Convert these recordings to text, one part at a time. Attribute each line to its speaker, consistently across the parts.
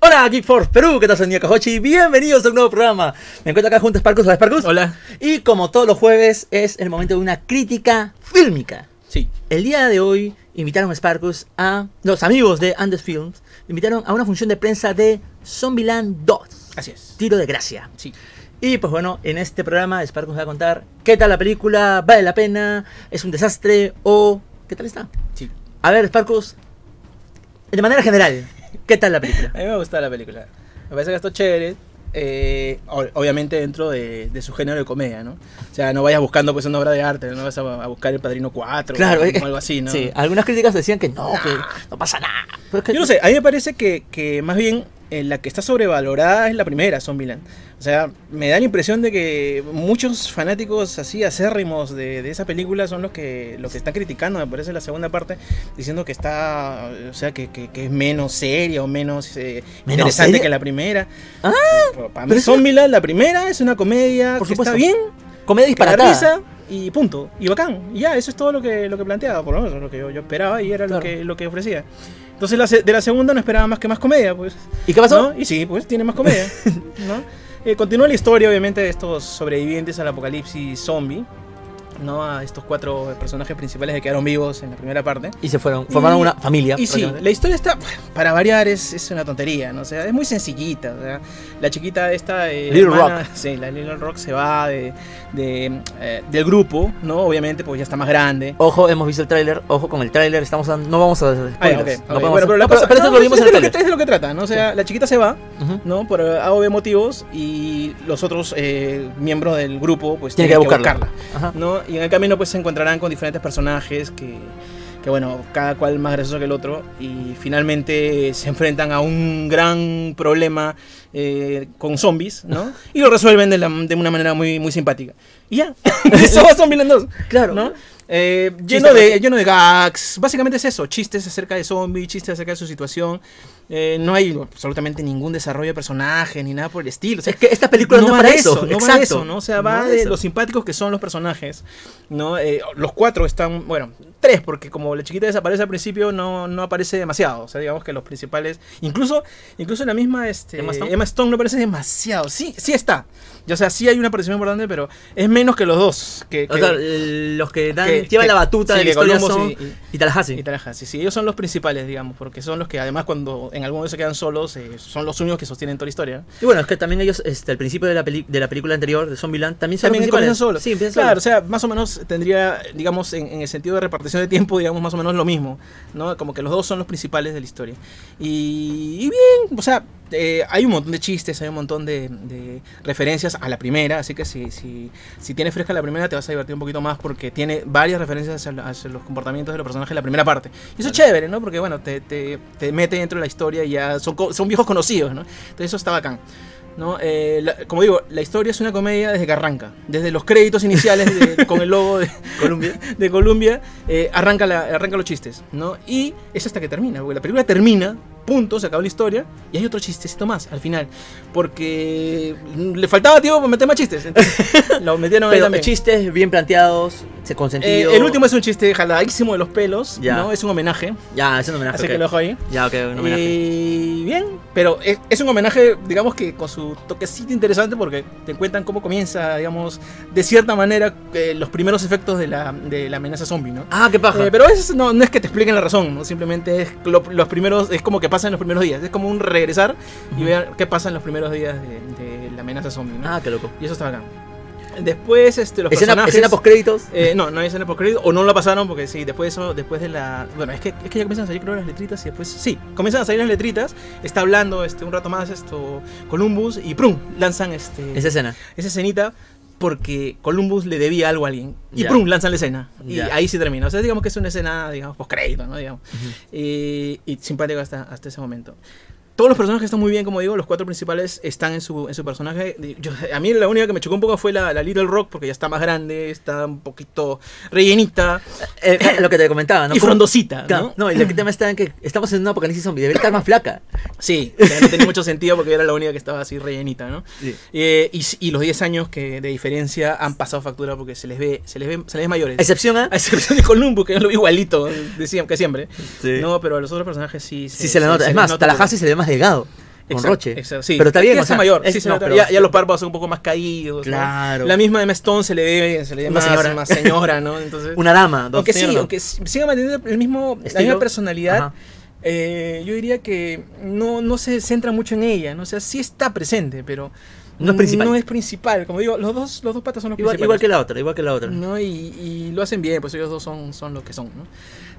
Speaker 1: a Geek Force Perú, ¿qué tal? Soy Cajochi, bienvenidos a un nuevo programa. Me encuentro acá junto a Sparkus, hola Sparkus.
Speaker 2: Hola.
Speaker 1: Y como todos los jueves, es el momento de una crítica fílmica.
Speaker 2: Sí.
Speaker 1: El día de hoy invitaron a Sparkus a los amigos de Andes Films, invitaron a una función de prensa de Zombieland 2,
Speaker 2: Así es.
Speaker 1: Tiro de Gracia.
Speaker 2: Sí.
Speaker 1: Y pues bueno, en este programa Sparkus va a contar qué tal la película, vale la pena, es un desastre o qué tal está.
Speaker 2: Sí.
Speaker 1: A ver, Sparkus, de manera general, ¿qué tal la película?
Speaker 2: A mí me gusta la película. Me parece que está chévere. eh, o- obviamente dentro de, de su género de comedia, ¿no? O sea, no vayas buscando pues una obra de arte, no vas a, a buscar El Padrino 4
Speaker 1: Claro,
Speaker 2: o,
Speaker 1: eh,
Speaker 2: algo así, ¿no?
Speaker 1: Sí, algunas críticas decían que no, que no pasa nada. Pero es Pues que-
Speaker 2: Yo no sé, a mí me parece que, que más bien eh, la que está sobrevalorada es la primera, Zombieland. O sea, me da la impresión de que muchos fanáticos así acérrimos de, de esa película son los que los que están criticando, me parece, la segunda parte, diciendo que está, o sea, que, que- que es menos seria o menos, eh,
Speaker 1: ¿Menos
Speaker 2: interesante
Speaker 1: seria?
Speaker 2: que la primera.
Speaker 1: Ah,
Speaker 2: Pa-
Speaker 1: pero
Speaker 2: para mí
Speaker 1: es una-
Speaker 2: Zombieland, la primera, es una comedia
Speaker 1: Por
Speaker 2: que está
Speaker 1: supuesto.
Speaker 2: bien,
Speaker 1: Comedia
Speaker 2: que da
Speaker 1: disparatada.
Speaker 2: risa y punto, y bacán. Y ya, eso es todo lo que, lo que planteaba, por lo menos lo que yo, yo esperaba y era
Speaker 1: Claro.
Speaker 2: lo, que, lo que ofrecía. Entonces la se- de la segunda no esperaba más que más comedia, pues.
Speaker 1: ¿Y qué pasó?
Speaker 2: ¿no? Y sí, pues tiene más comedia, ¿no? Eh, continúa la historia, obviamente, de estos sobrevivientes al apocalipsis zombie, ¿no? A estos cuatro personajes principales que quedaron vivos en la primera parte.
Speaker 1: Y se fueron, formaron
Speaker 2: Y-
Speaker 1: una familia.
Speaker 2: Y sí,
Speaker 1: prácticamente.
Speaker 2: la historia está, para variar, es, es una tontería, ¿no? O sea, es muy sencillita. o sea, la chiquita esta... eh,
Speaker 1: Little
Speaker 2: hermana- Sí, la Little Rock se va de, de, eh, del grupo, ¿no? Obviamente, pues ya está más grande.
Speaker 1: Ojo, hemos visto el tráiler, ojo con el tráiler, estamos dando- no vamos a hacer
Speaker 2: Ah, ya,
Speaker 1: spoilers,
Speaker 2: ok,
Speaker 1: no
Speaker 2: ok.
Speaker 1: podemos
Speaker 2: Bueno,
Speaker 1: hacer-
Speaker 2: pero la
Speaker 1: no, pero-
Speaker 2: cosa-
Speaker 1: pero esto
Speaker 2: no,
Speaker 1: es lo vimos
Speaker 2: es
Speaker 1: en el
Speaker 2: de lo que-
Speaker 1: tráiler.
Speaker 2: es de lo que trata, ¿no? O sea, la chiquita se va,
Speaker 1: Ujú.
Speaker 2: ¿no? Por A o B motivos y los otros eh, miembros del grupo pues
Speaker 1: Tienen
Speaker 2: tienen,
Speaker 1: que
Speaker 2: que
Speaker 1: buscarla.
Speaker 2: buscarla,
Speaker 1: Ajá.
Speaker 2: ¿no? Y en el camino pues se encontrarán con diferentes personajes que, que, bueno, cada cual más gracioso que el otro y finalmente se enfrentan a un gran problema eh, con zombies, ¿no? Y lo resuelven de, la- de una manera muy, muy simpática. Y ya, eso va Zombieland 2.
Speaker 1: Claro.
Speaker 2: ¿no? Eh, lleno, de, lleno de gags. Básicamente es eso. Chistes acerca de zombies, chistes acerca de su situación. Eh, no hay absolutamente ningún desarrollo de personajes ni nada por el estilo. O sea,
Speaker 1: es que estas películas no,
Speaker 2: va
Speaker 1: es para
Speaker 2: de
Speaker 1: eso,
Speaker 2: no va
Speaker 1: exacto.
Speaker 2: de eso, ¿no? O sea, va
Speaker 1: No
Speaker 2: de
Speaker 1: eso.
Speaker 2: los simpáticos que son los personajes, ¿no? Eh, los cuatro están, bueno, tres, porque como la chiquita desaparece al principio, no, no aparece demasiado. O sea, digamos que los principales, incluso, incluso la misma este,
Speaker 1: ¿Emma
Speaker 2: ¿Emma,
Speaker 1: Stone?
Speaker 2: Stone? no aparece demasiado. Sí, sí está. Ya, O sea, sí hay una aparición importante, pero es menos que los dos. Que,
Speaker 1: O
Speaker 2: que-
Speaker 1: sea, el- los que dan,
Speaker 2: que-
Speaker 1: llevan
Speaker 2: que-
Speaker 1: la batuta
Speaker 2: sí,
Speaker 1: de la
Speaker 2: que
Speaker 1: historia son
Speaker 2: Columbus
Speaker 1: y,
Speaker 2: y- y-
Speaker 1: Tallahassee.
Speaker 2: y Tarajá, sí, sí, ellos son los principales, digamos, porque son los que además cuando en algún momento se quedan solos, eh, son los únicos que sostienen toda la historia.
Speaker 1: Y bueno, es que también ellos, este, al principio de la, peli- de la película anterior, de Zombieland, también son los
Speaker 2: También
Speaker 1: principales.
Speaker 2: comienzan solos.
Speaker 1: Sí, empiezan
Speaker 2: Claro, o
Speaker 1: solos.
Speaker 2: sea, más o menos tendría, digamos, en, en el sentido de repartición de tiempo, digamos, más o menos lo mismo, ¿no? Como que los dos son los principales de la historia. Y, y bien, o sea, eh, hay un montón de chistes, hay un montón de, de referencias a la primera, así que si, si, si tienes fresca la primera te vas a divertir un poquito más porque tiene varias referencias hacia, lo- hacia los comportamientos de los personajes de la primera parte. Y eso es chévere, ¿no? Porque, bueno, te, te, te mete dentro de la historia y ya son, co- son viejos conocidos, ¿no? Entonces eso está bacán. ¿no? Eh, la- como digo, la historia es una comedia desde que arranca. Desde los créditos iniciales de- con el logo de,
Speaker 1: Columbia.
Speaker 2: de Colombia, eh, arranca, la, arranca los chistes, ¿no? Y es hasta que termina, porque la película termina, punto, se acabó la historia, y hay otro chistecito más al final, porque le faltaba tiempo para meter más chistes, entonces lo metieron ahí
Speaker 1: Pero
Speaker 2: también.
Speaker 1: chistes bien planteados, se
Speaker 2: Eh,
Speaker 1: consentido.
Speaker 2: el último es un chiste jaladísimo de los pelos,
Speaker 1: Ya.
Speaker 2: ¿no? Es un homenaje,
Speaker 1: Ya, es un homenaje.
Speaker 2: así
Speaker 1: ok. Eh,
Speaker 2: que lo dejo ahí.
Speaker 1: Ya, ok, un homenaje.
Speaker 2: Y bien, pero es, es un homenaje, digamos que con su toquecito interesante porque te cuentan cómo comienza, digamos, de cierta manera eh, los primeros efectos de la, de la amenaza zombie, ¿no?
Speaker 1: Ah, qué paja.
Speaker 2: Eh, pero eso no, no es que te expliquen la razón, ¿no? simplemente es lo- los primeros, es como que pasan los primeros días, es como un regresar y
Speaker 1: Ujú.
Speaker 2: ver qué pasa en los primeros días de, de la amenaza zombie, ¿no?
Speaker 1: ah, qué loco.
Speaker 2: Y eso está acá. Después, este, los
Speaker 1: Escena,
Speaker 2: personajes...
Speaker 1: escena post créditos.
Speaker 2: Eh, no, no hay escena post crédito. O no la pasaron porque sí, después de eso, después de la. Bueno, es que, es que ya comienzan a salir, creo, las letritas y después. Sí, comienzan a salir las letritas. Está hablando este, un rato más esto Columbus y ¡prum! Lanzan este,
Speaker 1: Esa escena.
Speaker 2: esa escenita porque Columbus le debía algo a alguien. Y
Speaker 1: Ya.
Speaker 2: ¡prum! Lanzan la escena. Y
Speaker 1: Ya.
Speaker 2: ahí sí termina. O sea, digamos que es una escena, digamos, post crédito, ¿no? Digamos. Eh, y simpático hasta, hasta ese momento. Todos los personajes están muy bien, como digo, los cuatro principales están en su, en su personaje. Yo- a mí la única que me chocó un poco fue la, la Little Rock, porque ya está más grande, está un poquito rellenita
Speaker 1: Eh, eh, lo que te comentaba, ¿no?
Speaker 2: y
Speaker 1: Como-
Speaker 2: frondosita, ¿no?
Speaker 1: Claro, No, y el tema está en que estamos en un apocalipsis zombie, debería estar más flaca.
Speaker 2: Sí, o sea, no tenía mucho sentido porque era la única que estaba así rellenita, ¿no? Eh, y, y los 10 años que de diferencia han pasado factura porque se les ve, se les ve, se les ve mayores.
Speaker 1: Excepción a.
Speaker 2: A excepción de Columbus, que yo lo vi igualito de siempre, que siempre.
Speaker 1: Sí.
Speaker 2: No, pero a los otros personajes sí.
Speaker 1: si se le nota. Es
Speaker 2: les
Speaker 1: más,
Speaker 2: nota porque-
Speaker 1: Tallahassee se le ve más delgado. con
Speaker 2: Exacto,
Speaker 1: Roche.
Speaker 2: exacto, sí.
Speaker 1: Pero está
Speaker 2: Aquí
Speaker 1: bien. o
Speaker 2: está
Speaker 1: sea,
Speaker 2: mayor.
Speaker 1: es-
Speaker 2: sí, se
Speaker 1: no,
Speaker 2: nota.
Speaker 1: pero-
Speaker 2: ya, ya los párpados son un poco más caídos. ¿no?
Speaker 1: Claro.
Speaker 2: La misma Emma Stone se le ve, se le ve
Speaker 1: Una
Speaker 2: más
Speaker 1: señora.
Speaker 2: señora, más señora ¿no? Entonces,
Speaker 1: Una dama. dos
Speaker 2: aunque sí,
Speaker 1: señoras, no.
Speaker 2: aunque s- siga manteniendo el mismo, la
Speaker 1: Estilo.
Speaker 2: misma personalidad,
Speaker 1: Ajá.
Speaker 2: eh, yo diría que no, no se centra mucho en ella, ¿no? O sea, sí está presente, pero
Speaker 1: No es principal.
Speaker 2: no es principal. Como digo, los dos, los dos patas son los
Speaker 1: Igual, igual
Speaker 2: principales.
Speaker 1: que la otra, igual que la otra.
Speaker 2: ¿no? Y, y lo hacen bien, pues ellos dos son, son lo que son, ¿no?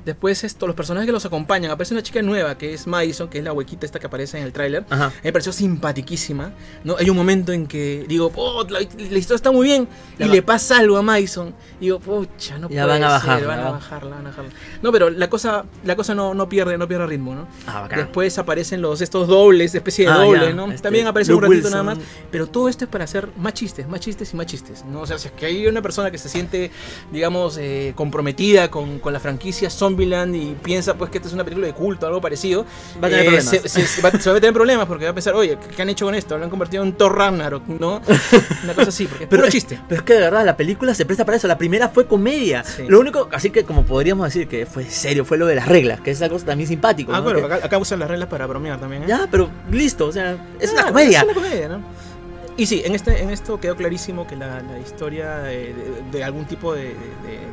Speaker 2: Después esto, los personajes que los acompañan, aparece una chica nueva que es Madison, que es la huequita esta que aparece en el tráiler.
Speaker 1: Ajá.
Speaker 2: Me pareció simpatiquísima, ¿no? Hay un momento en que digo, "Oh, la, la historia está muy bien,
Speaker 1: Ya
Speaker 2: y
Speaker 1: va-
Speaker 2: le pasa algo a Madison. Y digo, pucha, no
Speaker 1: Ya
Speaker 2: puede
Speaker 1: van a
Speaker 2: ser,
Speaker 1: bajarla,
Speaker 2: van
Speaker 1: ¿no?
Speaker 2: a bajarla, van a bajarla. No, pero la cosa, la cosa no, no pierde, no pierde ritmo, ¿no?
Speaker 1: Ah, bacán.
Speaker 2: Después aparecen los estos dobles, especie de
Speaker 1: Ah,
Speaker 2: doble,
Speaker 1: ya,
Speaker 2: ¿no?
Speaker 1: este,
Speaker 2: También aparece un
Speaker 1: Luke
Speaker 2: ratito
Speaker 1: Wilson.
Speaker 2: nada más. Pero todo esto es para hacer más chistes, más chistes y más chistes. ¿no? O sea, si es que hay una persona que se siente, digamos, eh, comprometida con, con la franquicia Zombieland y piensa pues que esta es una película de culto o algo parecido,
Speaker 1: Va a tener
Speaker 2: eh,
Speaker 1: problemas.
Speaker 2: Se, se- se va, se va a meter en problemas porque va a pensar, oye, ¿qué han hecho con esto? Lo han convertido en Thor Ragnarok, ¿no? Una cosa así, porque es puro
Speaker 1: es-
Speaker 2: chiste.
Speaker 1: Pero es que de verdad la película se presta para eso. La primera fue comedia.
Speaker 2: Sí.
Speaker 1: Lo único, así que como podríamos decir que fue serio, fue lo de las reglas, que es algo también simpático.
Speaker 2: Ah,
Speaker 1: ¿no?
Speaker 2: bueno,
Speaker 1: Que-
Speaker 2: acá, acá usan las reglas para bromear también. ¿eh?
Speaker 1: Ya, pero listo, o sea, es una
Speaker 2: Ah,
Speaker 1: comedia.
Speaker 2: Es una comedia, ¿no? Y sí, en, este, en esto quedó clarísimo que la, la historia eh, de, de algún tipo de,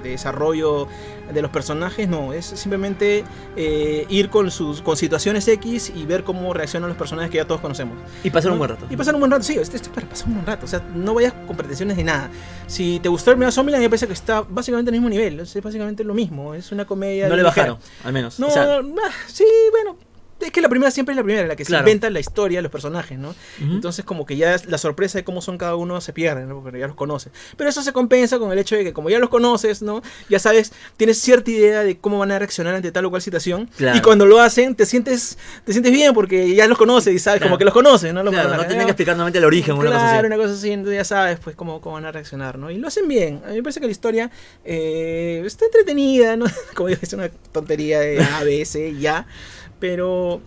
Speaker 2: de- de desarrollo de los personajes no, es simplemente eh, ir con sus con situaciones X y ver cómo reaccionan los personajes que ya todos conocemos.
Speaker 1: Y pasar un
Speaker 2: ¿no?
Speaker 1: buen rato.
Speaker 2: Y pasar un buen rato, sí, esto esto es para pasar un buen rato. O sea, no vayas con pretensiones de nada. Si te gustó el primer Zombieland, me parece que está básicamente al mismo nivel, es básicamente lo mismo, es una comedia.
Speaker 1: no le
Speaker 2: ligera.
Speaker 1: bajaron, al menos.
Speaker 2: No,
Speaker 1: O sea,
Speaker 2: no, ah, sí, bueno. Es que la primera siempre es la primera, la que
Speaker 1: Claro.
Speaker 2: se inventa la historia, los personajes, ¿no?
Speaker 1: ujú.
Speaker 2: Entonces como que ya la sorpresa de cómo son cada uno se pierde, ¿no? Porque ya los conoces. Pero eso se compensa con el hecho de que como ya los conoces, ¿no? Ya sabes, tienes cierta idea de cómo van a reaccionar ante tal o cual situación.
Speaker 1: Claro.
Speaker 2: Y cuando lo hacen, te sientes, te sientes bien porque ya los conoces y sabes
Speaker 1: Claro.
Speaker 2: como que los conoces, ¿no? Los
Speaker 1: Claro, no
Speaker 2: personajes.
Speaker 1: tenían que explicar nuevamente el origen, una
Speaker 2: claro,
Speaker 1: cosa así.
Speaker 2: una cosa así, entonces ya sabes pues cómo, cómo van a reaccionar, ¿no? Y lo hacen bien. A mí me parece que la historia eh, está entretenida, ¿no? Como digo, es una tontería de A, B, C, ya. Pero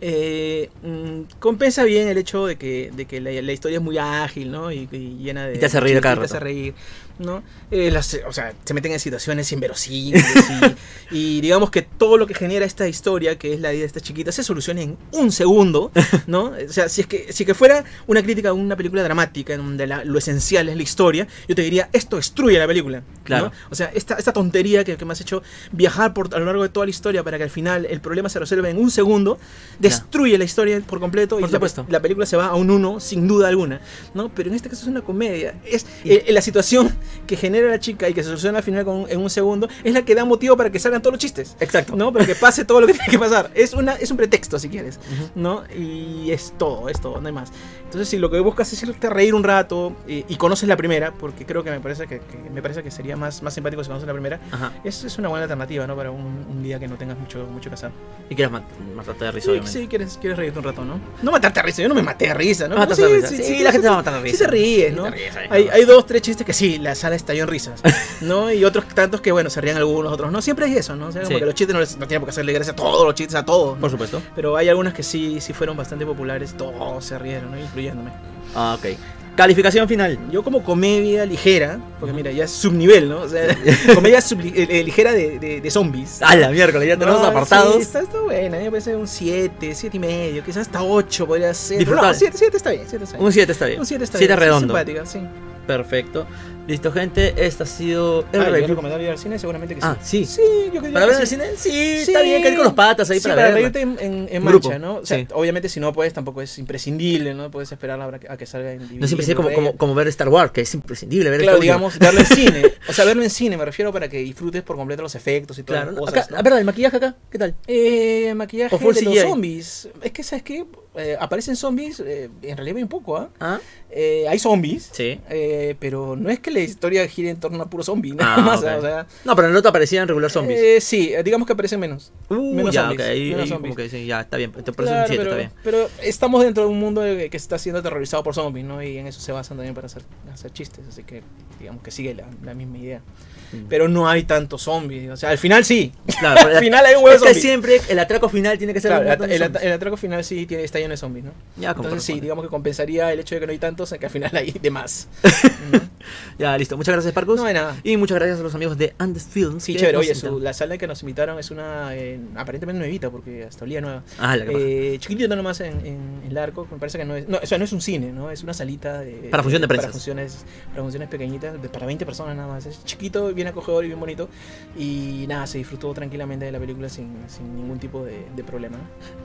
Speaker 2: eh, mm, compensa bien el hecho de que, de que la, la historia es muy ágil, ¿no? Y, y llena de...
Speaker 1: Y te hace reír a cada
Speaker 2: y te hace
Speaker 1: rato.
Speaker 2: reír, ¿no? Eh, las- o sea, se meten en situaciones inverosímiles y, y digamos que todo lo que genera esta historia, que es la vida de esta chiquita, se soluciona en un segundo, ¿no? O sea, si es que, si que fuera una crítica a una película dramática en donde la- lo esencial es la historia, yo te diría, esto destruye la película, ¿no?
Speaker 1: Claro.
Speaker 2: O sea, esta, esta tontería que, que me has hecho viajar por, a lo largo de toda la historia para que al final el problema se resuelva en un segundo,
Speaker 1: Ya.
Speaker 2: destruye la historia por completo
Speaker 1: Por
Speaker 2: y la,
Speaker 1: supuesto.
Speaker 2: la película se va a un uno sin duda alguna, ¿no? Pero en este caso es una comedia. Es
Speaker 1: Y-
Speaker 2: eh, la situación que genera la chica y que se soluciona al final con, en un segundo es la que da motivo para que salgan todos los chistes.
Speaker 1: Exacto.
Speaker 2: ¿No? Para que pase todo lo que tiene que pasar. Es, una, es un pretexto, si quieres.
Speaker 1: Ujú.
Speaker 2: ¿no? Y es todo, es todo, no hay más. Entonces, si lo que buscas es irte a reír un rato eh, y conoces la primera, porque creo que me parece que, que me parece que sería más, más simpático si conoces la primera,
Speaker 1: Ajá.
Speaker 2: es, es una buena alternativa, ¿no? Para un, un día que no tengas mucho, mucho que hacer.
Speaker 1: Y quieras mat- matarte de risa,
Speaker 2: Sí,
Speaker 1: obviamente. Ah,
Speaker 2: sí, quieres, quieres reírte un rato, ¿no? No matarte a risa, yo no me maté a risa, ¿no?
Speaker 1: Matas
Speaker 2: Sí,
Speaker 1: de Ah, risa.
Speaker 2: sí,
Speaker 1: Sí,
Speaker 2: sí,
Speaker 1: la
Speaker 2: sí,
Speaker 1: gente
Speaker 2: sí,
Speaker 1: va a matar de risa.
Speaker 2: Sí se ríe, ¿no?
Speaker 1: Sí te ríes ahí,
Speaker 2: Hay,
Speaker 1: ¿no?
Speaker 2: hay dos, tres chistes que sí, la sala estalló en risas, ¿no? Y otros tantos que, bueno, se rían algunos, otros no. Siempre hay eso, ¿no? O sea, como
Speaker 1: Sí.
Speaker 2: que los chistes no, les, no tienen por qué hacerle gracia a todos los chistes, a todos. ¿no?
Speaker 1: Por supuesto.
Speaker 2: Pero hay algunas que sí, sí fueron bastante populares, todos se rieron, ¿no? incluyéndome.
Speaker 1: Ah, ok. Calificación final.
Speaker 2: Yo como comedia ligera, porque mira, ya es subnivel, ¿no? O sea, comedia subli- eh, eh, ligera de, de, de zombies.
Speaker 1: A la miércoles, ya tenemos
Speaker 2: No, Ah, sí,
Speaker 1: apartados.
Speaker 2: está, está buena, a mí me parece un 7, 7 y medio, quizás hasta 8 podría ser.
Speaker 1: Disfrutable.
Speaker 2: No, 7, 7 está bien, 7 está bien.
Speaker 1: Un 7 está bien.
Speaker 2: Un 7 está
Speaker 1: Siete
Speaker 2: bien,
Speaker 1: redondo.
Speaker 2: simpática, sí.
Speaker 1: Perfecto. Listo, gente. Este ha sido el
Speaker 2: Ah, ¿y
Speaker 1: review.
Speaker 2: recomendable ir al cine? Seguramente que sí.
Speaker 1: Ah, sí.
Speaker 2: Sí, yo creo
Speaker 1: ¿Para
Speaker 2: que
Speaker 1: ver en el
Speaker 2: sí.
Speaker 1: cine? Sí,
Speaker 2: Sí.
Speaker 1: está bien caer con los patas ahí
Speaker 2: Sí,
Speaker 1: para,
Speaker 2: para
Speaker 1: verla.
Speaker 2: reírte en, en, en
Speaker 1: Grupo,
Speaker 2: mancha, ¿no? O sea,
Speaker 1: sí.
Speaker 2: obviamente si no puedes, tampoco es imprescindible, ¿no? Puedes esperar a, a que salga en DVD,
Speaker 1: No siempre
Speaker 2: en
Speaker 1: es como,
Speaker 2: Blu-ray.
Speaker 1: como, como ver Star Wars, que es imprescindible ver
Speaker 2: Claro,
Speaker 1: esta última.
Speaker 2: digamos, verlo en cine. O sea, verlo en cine, me refiero para que disfrutes por completo los efectos y todas
Speaker 1: Claro.
Speaker 2: las
Speaker 1: Acá,
Speaker 2: cosas. ¿no?
Speaker 1: a ver, el maquillaje acá, ¿qué tal?
Speaker 2: Eh, maquillaje
Speaker 1: O full
Speaker 2: de los
Speaker 1: CGI.
Speaker 2: zombies. Es que, ¿sabes qué? Eh, aparecen zombies, eh, en realidad bien poco, ¿ah?
Speaker 1: Ah,
Speaker 2: Eh, hay zombies,
Speaker 1: sí.
Speaker 2: eh, pero no es que la historia gire en torno a puro zombie, nada
Speaker 1: Ah,
Speaker 2: más,
Speaker 1: ok.
Speaker 2: o sea...
Speaker 1: No, pero en el otro aparecían regular zombies.
Speaker 2: eh, sí, eh, digamos que aparecen menos.
Speaker 1: Uh,
Speaker 2: menos
Speaker 1: ya,
Speaker 2: zombies,
Speaker 1: ok, ahí-
Speaker 2: menos
Speaker 1: ahí como
Speaker 2: zombies.
Speaker 1: que sí, ya, está bien. Te parece
Speaker 2: Claro,
Speaker 1: un 7,
Speaker 2: pero,
Speaker 1: está bien.
Speaker 2: pero estamos dentro de un mundo que, que está siendo aterrorizado por zombies, ¿no? Y en eso se basan también para hacer, hacer chistes, así que digamos que sigue la- la misma idea. Pero no hay tantos zombies. O sea, al final sí.
Speaker 1: Mm. Claro, pero
Speaker 2: Al
Speaker 1: la-
Speaker 2: final hay un huevo
Speaker 1: es que
Speaker 2: zombie.
Speaker 1: siempre el atraco final tiene que ser
Speaker 2: Claro,
Speaker 1: un
Speaker 2: el,
Speaker 1: montón
Speaker 2: at-
Speaker 1: de
Speaker 2: el at-
Speaker 1: zombies.
Speaker 2: el atraco final sí tiene, está lleno de zombies, ¿no?
Speaker 1: Ya, como
Speaker 2: Entonces sí,
Speaker 1: corresponde.
Speaker 2: digamos que compensaría el hecho de que no hay tantos, en que al final hay de más.
Speaker 1: Ya, listo. Muchas gracias, Sparkus.
Speaker 2: No, de nada.
Speaker 1: Y muchas gracias a los amigos de Andes Films.
Speaker 2: Sí,
Speaker 1: que
Speaker 2: chévere.
Speaker 1: nos
Speaker 2: Oye, su-
Speaker 1: invitan.
Speaker 2: la sala que nos invitaron es una eh, aparentemente nuevita, porque hasta olía nueva.
Speaker 1: Ah, la que pasa.
Speaker 2: Eh, chiquitito nomás en, en- en el arco, me parece que no es. No, o sea, no es un cine, ¿no? Es una salita de.
Speaker 1: Para función de
Speaker 2: para
Speaker 1: prensas.
Speaker 2: funciones, para funciones pequeñitas, de- para 20 personas nada más. Es chiquito, bien acogedor y bien bonito. Y nada, se disfrutó tranquilamente de la película sin, sin ningún tipo de, de problema.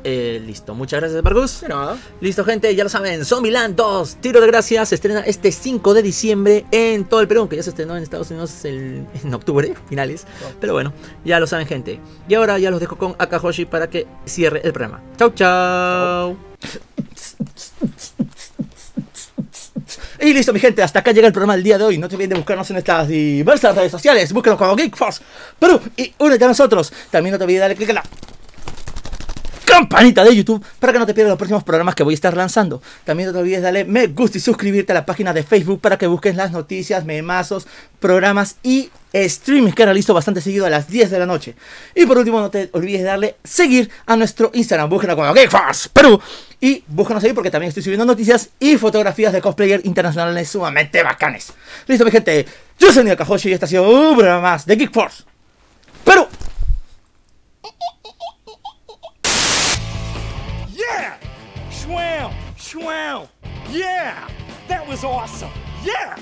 Speaker 1: Eh, listo. Muchas gracias, Sparkus.
Speaker 2: De nada.
Speaker 1: Listo, gente, ya lo saben, Zombieland 2, Tiro de Gracia, se estrena este 5 de diciembre en todo el Perú, que ya se estrenó en Estados Unidos el- en octubre, finales. Pero bueno, ya lo saben, gente. Y ahora ya los dejo con Akahoshi para que cierre el programa. Chau, chau. Y listo, mi gente, hasta acá llega el programa del día de hoy. No te olviden de buscarnos en nuestras diversas redes sociales. Búscanos como GeekForce Perú y únete a nosotros. También no te olvides de darle click a la campanita de YouTube para que no te pierdas los próximos programas que voy a estar lanzando. También no te olvides darle me gusta y suscribirte a la página de Facebook para que busques las noticias, memazos, programas y streams que realizo bastante seguido a las 10 de la noche. Y por último, no te olvides darle seguir a nuestro Instagram. Búsquenos como GeekFans Perú. Y búscanos ahí porque también estoy subiendo noticias y fotografías de cosplayer internacionales sumamente bacanes. Listo, mi gente. Yo soy Nia Kahoshi y este ha sido un programa más de Geek Force. Perú.
Speaker 3: Yeah! Schwam! Schwam! Yeah! That was awesome! Yeah!